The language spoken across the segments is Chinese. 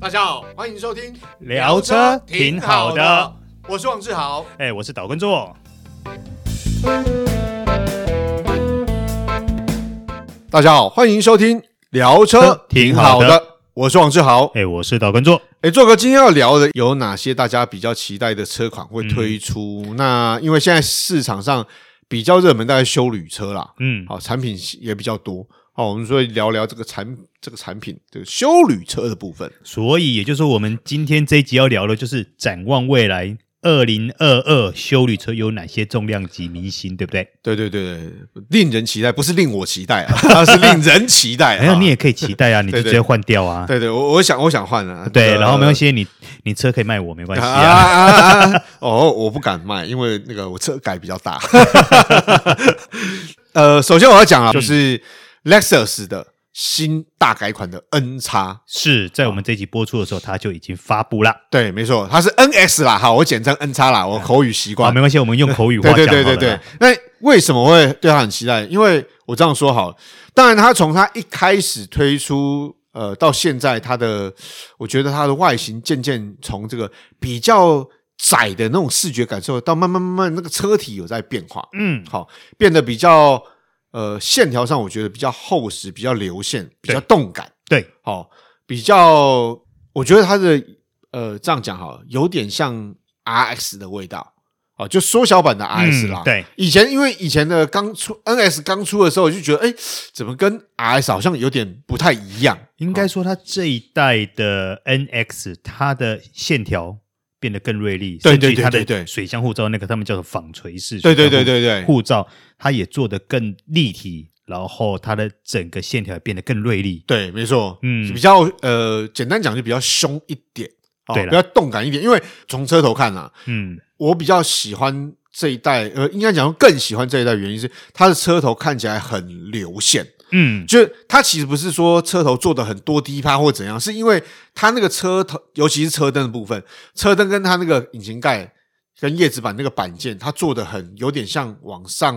大家好，欢迎收听聊车挺好的，我是王志豪。哎、我是岛根座。大家好，欢迎收听聊车挺好挺好的，我是王志豪。哎、我是岛根座。哎，做哥，今天要聊的有哪些大家比较期待的车款会推出？嗯那因为现在市场上比较热门，大概修旅车啦，嗯，好，产品也比较多。好，我们所以聊聊这个产这个产品这个修旅车的部分。所以也就是我们今天这一集要聊的，就是展望未来二零二二修旅车有哪些重量级明星，对不对？对对对对，令人期待，不是令我期 待啊，它是令人期待、啊。还有哎你也可以期待啊，你就对直接换掉啊。对对，我我想我想换了，对，然后没关系系，你你车可以卖我，没关系啊啊。啊 啊啊哦，我不敢卖，因为那个我车改比较 大。呃，首先我要讲啊，就是 Lexus 的新大改款的 N 叉，是在我们这一集播出的时候，它就已经发布了。对，没错，它是 NX 啦，好，我简称 N 叉啦，我口语习啊，惯没。关系，我们用口语话对讲好对了啦。对对对，那为什么会对它很期待？因为我这样说好了，当然它从它一开始推出。呃，到现在它的，我觉得它的外形渐渐从这个比较窄的那种视觉感受，到慢慢慢慢那个车体有在变化，嗯，好，变得比较呃线条上，我觉得比较厚实，比较流线，比较动感，对，好、比较，我觉得它的呃这样讲好了，有点像 RX 的味道。哦，就缩小版的 RS 嗯啦。对，以前因为以前的刚出 NS 刚出的时候，我就觉得，哎，怎么跟 RS 好像有点不太一样？应该说它这一代的 NX，它的线条变得更锐利，对甚至对于对它对对的水箱护罩那个他们叫做纺锤式，对对对对对护罩它也做得更立体，然后它的整个线条也变得更锐利，对，没错，嗯比较呃，简单讲就比较凶一点，哦，对比啦较动感一点。因为从车头看啊，嗯，我比较喜欢这一代，呃，应该讲更喜欢这一代，原因是它的车头看起来很流线，嗯，就是它其实不是说车头做的很多低趴或怎样，是因为它那个车头，尤其是车灯的部分，车灯跟它那个引擎盖跟叶子板那个板件，它做的很有点像往上，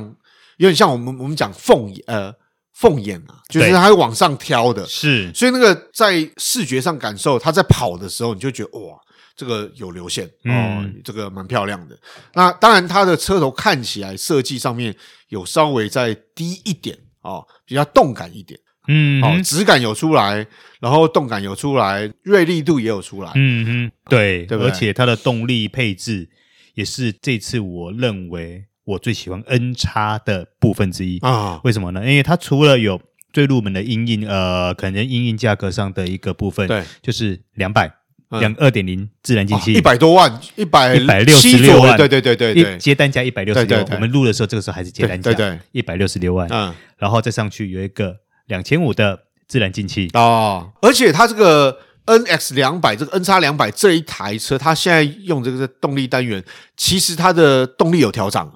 有点像我们我们讲凤眼呃凤眼啊，就是对它会往上挑的，是所以那个在视觉上感受，它在跑的时候，你就觉得哇，这个有流线哦嗯，这个蛮漂亮的。那当然，它的车头看起来设计上面有稍微再低一点哦，比较动感一点嗯哦，质感有出来，然后动感有出来，锐利度也有出来。嗯嗯，对，对不对而且它的动力配置也是这次我认为我最喜欢 N 叉的部分之一啊，为什么呢？因为它除了有最入门的音印，呃，可能音印价格上的一个部分，对，就是两百嗯哦两二点零自然进气，一百多万，一百166左右万对对对对一对，接单价一百六对十对六，对我们录的时候这个时候还是接单价，对对对一百六十六万，嗯，然后再上去有一个两千五的自然进气，哦，而且它这个 NX 两百，这个 N 叉两百这一台车，它现在用这个动力单元，其实它的动力有调整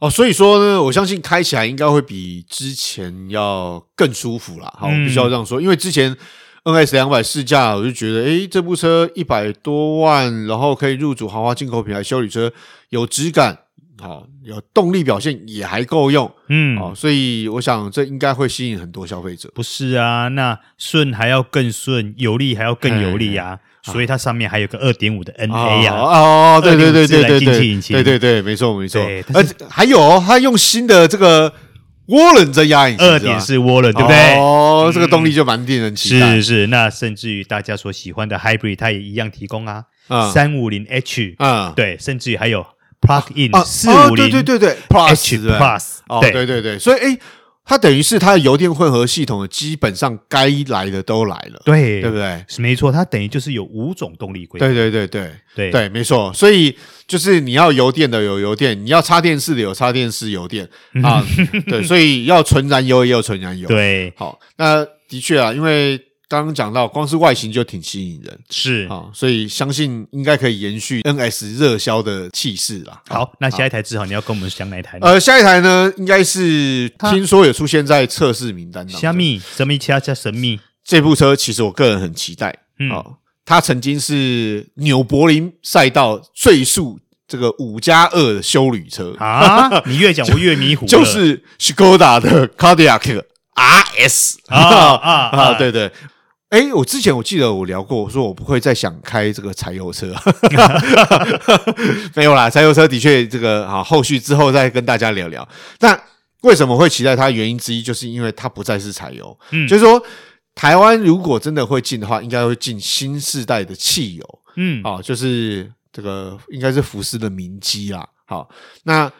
哦，所以说呢，我相信开起来应该会比之前要更舒服啦。好，我嗯必须要这样说，因为之前 NS 两百试驾，我就觉得，诶，这部车一百多万，然后可以入主豪华进口品牌修理车，有质感，好、有动力表现也还够用，嗯，哦，所以我想这应该会吸引很多消费者。不是啊，那顺还要更顺，有力还要更有力哎啊，所以它上面还有个二点五的 NA 呀、啊。哦，哦对对对2.5对对自然进气对，引擎对对对，没错没错对。而且还有哦，他用新的这个涡轮增压引擎，二点是吧四涡轮，对不对？嗯哦，这个动力就蛮令人期待是。是，那甚至于大家所喜欢的 Hybrid，它也一样提供啊嗯，三五零 H，啊对，甚至于还有 Plug In 啊，四五哦对零对对对 H ，Plus 对不对 Plus，哦，对对对对，所以诶，它等于是它的油电混合系统基本上该来的都来了，对对不对？是没错，它等于就是有五种动力规，对对对对对对，没错。所以就是你要油电的有油电，你要插电式的有插电式油电 啊，对，所以要纯燃油也有纯燃油，嗯对好，那的确啊，因为刚刚讲到，光是外形就挺吸引人是。啊，所以相信应该可以延续 NS 热销的气势啦。好，那下一台志豪，你要跟我们讲哪一台呢？呃，下一台呢，应该是它听说有出现在测试名单当虾中。米神秘恰恰神秘，这部车其实我个人很期待嗯哦，它曾经是纽柏林赛道最速这个五加二的修旅车，啊， 你越讲我越迷糊了， 就是 Skoda 的 Kodiaq RS 啊啊啊，啊对对，哎，我之前我记得我聊过，我说我不会再想开这个柴油 车，没有啦，柴油车的确这个好，后续之后再跟大家聊聊。那为什么会期待它？原因之一就是因为它不再是柴油，嗯就是说台湾如果真的会进的话，应该会进新世代的汽油，嗯，哦，就是这个应该是福斯的明基啦。好，那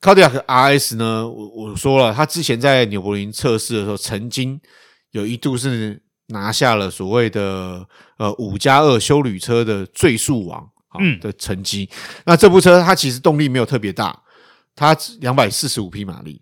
Kodiak RS 呢？我我说了，他之前在纽柏林测试的时候，曾经有一度是拿下了所谓的呃五加二修旅车的最速王好嗯的成绩。那这部车它其实动力没有特别大，它两百四十五匹马力。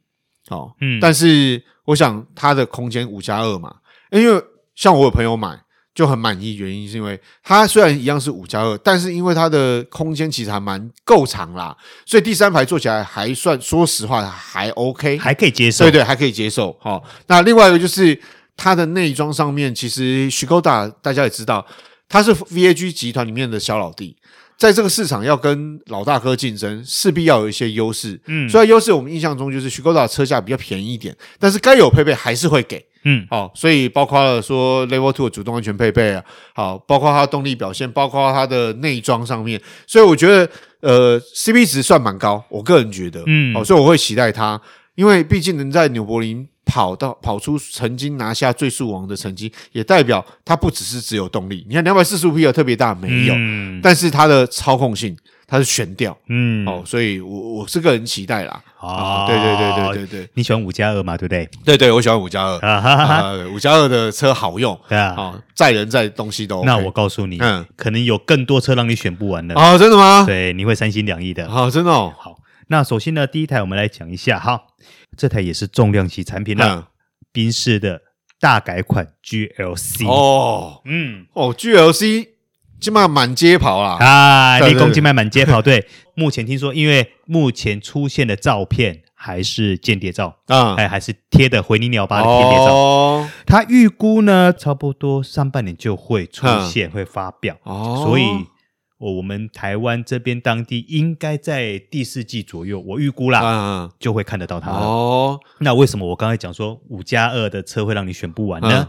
哦，嗯但是我想它的空间五加二嘛，因为像我有朋友买就很满意，原因是因为它虽然一样是五加二，但是因为它的空间其实还蛮够长啦，所以第三排坐起来还算，说实话还 OK，还可以接受，对对还可以接受。好、那另外一个就是它的内装上面，其实 Skoda 大家也知道，它是 VAG 集团里面的小老弟。在这个市场要跟老大哥竞争，势必要有一些优势。嗯虽然优势我们印象中就是 Skoda 车价比较便宜一点，但是该有配备还是会给。嗯哦，所以包括了说 Level Two 的主动安全配备啊，好，包括它的动力表现，包括它的内装上面，所以我觉得呃 CP 值算蛮高，我个人觉得，嗯哦，所以我会期待它，因为毕竟能在纽柏林跑到跑出曾经拿下最速王的成绩，也代表它不只是只有动力，你看两百四十五匹有特别大没有，嗯但是它的操控性它是悬吊，嗯哦，所以我我是个人期待啦，哦对对对对对对你喜欢五加二嘛，对不对？对对，我喜欢五加二。啊哈哈哈，啊，五加二的车好用，对啊。好载人载东西都 OK、那我告诉你，嗯可能有更多车让你选不完的，啊，真的吗？对，你会三心两意的。好，真的哦。那首先呢，第一台我们来讲一下哈，这台也是重量级产品了，嗯，宾士的大改款 GLC。哦嗯哦，GLC 起码满街跑啦。啊，对立对功金麦满街跑。对，目前听说，因为目前出现的照片还是间谍照，啊，哎，还是贴的回音鸟巴的间谍照。哦它预估呢，差不多上半年就会出啊现，会发表。哦，所以，我我们台湾这边当地应该在第四季左右，我预估啦，啊，就会看得到它了。哦，那为什么我刚才讲说五加二的车会让你选不完呢？嗯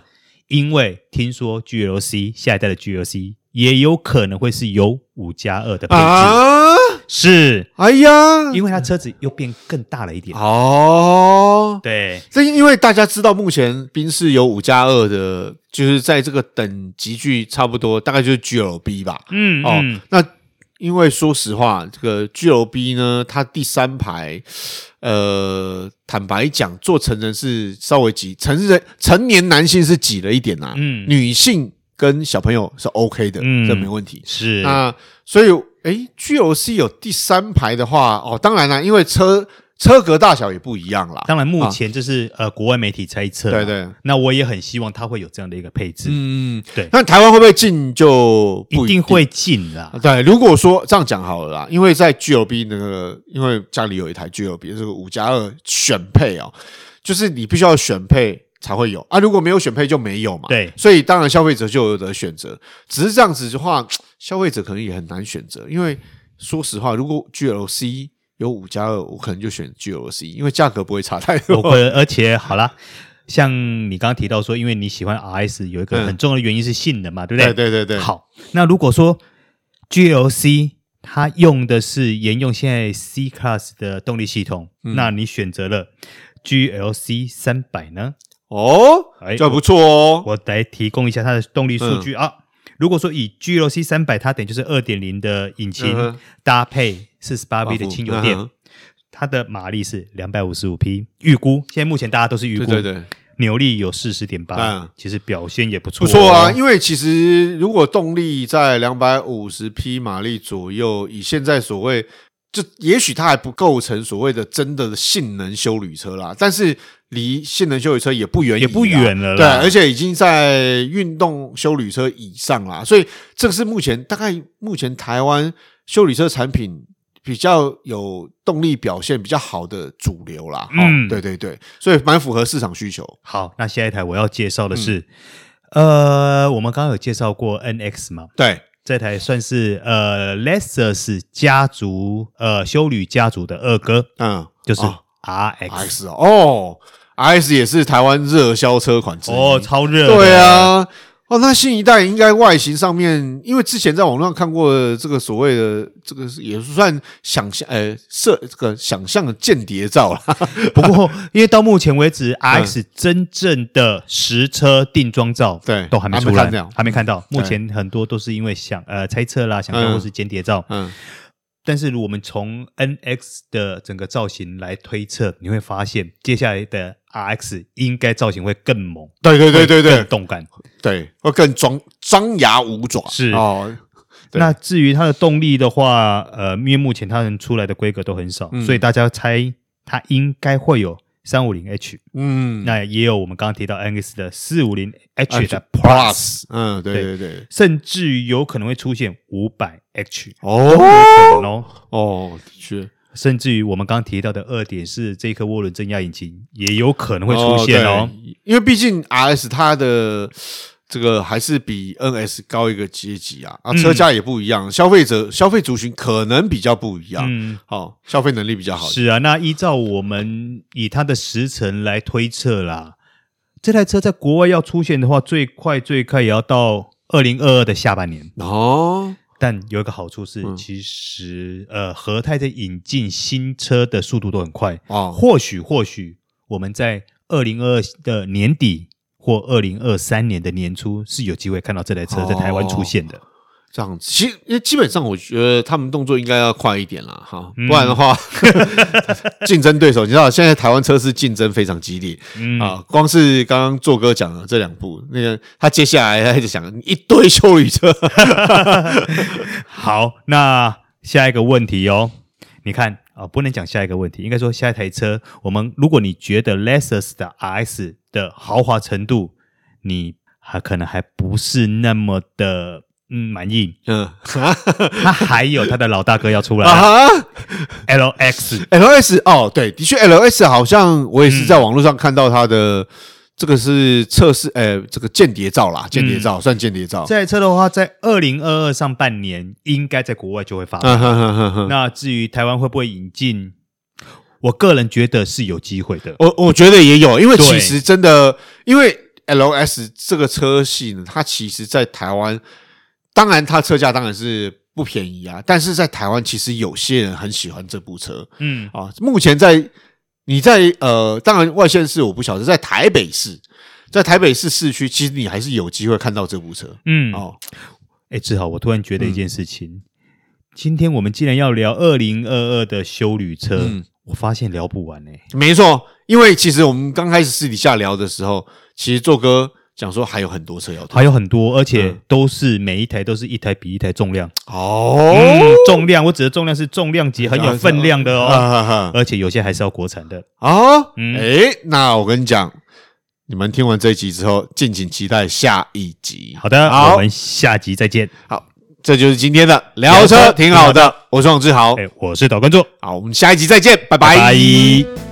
因为听说 GLC 下一代的 GLC 也有可能会是有五加二的配置，啊，是哎呀，因为它车子又变更大了一啊点。哦。对，这因为大家知道，目前宾士有五加二的，就是在这个等级距差不多，大概就是 GLB 吧。嗯哦嗯，那因为说实话，这个 GLB 呢，它第三排，呃，坦白讲，做成人是稍微挤，成人成年男性是挤了一点啊，嗯女性跟小朋友是 OK 的，嗯这没问题。是，那所以，诶 g l c 有第三排的话，哦，当然啦、因为车车格大小也不一样啦，当然目啊前这是、呃国外媒体猜测，对。对，那我也很希望它会有这样的一个配置，嗯，对那台湾会不会进就一不定会进啦。啊对，如果说这样讲好了啦，因为在 GLB 那个，因为家里有一台 GLB 这个五加二选配哦，就是你必须要选配才会有啊，如果没有选配就没有嘛。对所以当然消费者就有得选择，只是这样子的话，消费者可能也很难选择，因为说实话，如果 GLC 有五加二，我可能就选 GLC，因为价格不会差太 我多。 而且好啦，像你刚刚提到说，因为你喜欢 RS 有一个嗯很重要的原因是性能嘛，对不 对对对对，好，那如果说 GLC 它用的是沿用现在 C Class 的动力系统，嗯那你选择了 GLC 三百呢？哦，哎这不错哦。我来提供一下它的动力数嗯据、啊。如果说以 GLC 三百，它等于就是二点零的引擎、嗯哼搭配四十八马 V 夫的轻油电，嗯哼它的马力是两百五十五匹，预估现在目前大家都是预估，对对对。扭力有四十点八嗯，其实表现也不错、哦不错啊，，因为其实如果动力在两百五十匹马力左右，以现在所谓就也许它还不构成所谓的真的性能修旅车啦，但是离性能修旅车也不远，啊也不。远了对，啦。而且已经在运动修旅车以上啦，所以这个是目前大概目前台湾修旅车产品比较有动力表现比较好的主流啦。哈嗯对对对，所以蛮符合市场需求。好，那下一台我要介绍的是，嗯呃，我们刚刚有介绍过 NX 嘛，对，这台算是呃 Lexus 家族呃修旅家族的二哥，嗯，就是哦 RX， S 哦，哦，S 也是台湾热销车款之一。哦，超热的，对啊，哦，那新一代应该外形上面，因为之前在网络上看过这个所谓的这个是也是算想象，呃，设这个想象的间谍照啦。不过，因为到目前为嗯止，RX 真正的实车定妆照对都还没出还没来看到，还没看到。对目前很多都是因为想呃猜测啦、想象嗯或是间谍照。嗯，但是，如果我们从 NX 的整个造型来推测，你会发现接下来的 RX 应该造型会更猛， 对对对对会更对动感。对，会更张张牙舞爪是哦，对那至于它的动力的话，呃，因为目前它能出来的规格都很少，嗯所以大家猜它应该会有三五零 H，嗯那也有我们刚刚提到 NX 的四五零 H 的 Plus， ，Plus，嗯，对对对，甚至于有可能会出现五百 H，哦可能哦，哦，的确，甚至于我们刚刚提到的二点是这颗涡轮增压引擎也有可能会出现哦。对因为毕竟 RS 它的这个还是比 NS 高一个阶级啊，啊，嗯车价也不一样，消费者消费族群可能比较不一样，嗯，好、消费能力比较好，是啊，那依照我们以它的时程来推测啦，这台车在国外要出现的话，最快最快也要到二零二二的下半年。哦，但有一个好处嗯是，其实呃，和泰在引进新车的速度都很快，哦，或许或许我们在二零二的年底或二零二三年的年初是有机会看到这台车在台湾出现的。这样子，其实因为基本上我觉得他们动作应该要快一点啦，哈，嗯不然的话， 竞、争对手，你知道现在台湾车市竞争非常激烈，嗯啊，光是刚刚做哥讲的这两部，那个他接下来他就想一堆修理车，好，那下一个问题哦，你看啊、不能讲下一个问题，应该说下一台车，我们如果你觉得 Lexus 的 RS 的豪华程度，你还可能还不是那么的嗯满意，嗯 它还有它的老大哥要出来了啊哈。 LX， L S 哦，对，的确 L S 好像我也是在网络上看到它的、这个是测试，呃，这个间谍照啦，间谍照、算间谍照，这台车的话，在二零二二上半年应该在国外就会发嗯哼哼哼哼，那至于台湾会不会引进，我个人觉得是有机会的。我我觉得也有，因为对其实真的，因为 L S 这个车系呢，它其实在台湾，当然它车价当然是不便宜啊，但是在台湾其实有些人很喜欢这部车嗯，啊，目前在你在呃，当然外县市我不晓得，在台北市。在台北市市区，其实你还是有机会看到这部车嗯，哦。哎，志豪，我突然觉得一嗯件事情，今天我们既然要聊二零二二的修旅车，嗯我发现聊不完哎、没错，因为其实我们刚开始私底下聊的时候，其实做哥讲说还有很多车要推还有很多，而且嗯都是每一台都是一台比一台重量。哦嗯，重量，我指的重量是重量级，很有分量的啊哦，哈哈而且有些还是要国产的。哦，嗯哎，那我跟你讲，你们听完这一集之后，敬请期待下一集。好的，好我，们下集再见。好，这就是今天的聊车，挺好的。我是王志豪，哎哎，我是导观众，好，我们下一集再见，拜拜拜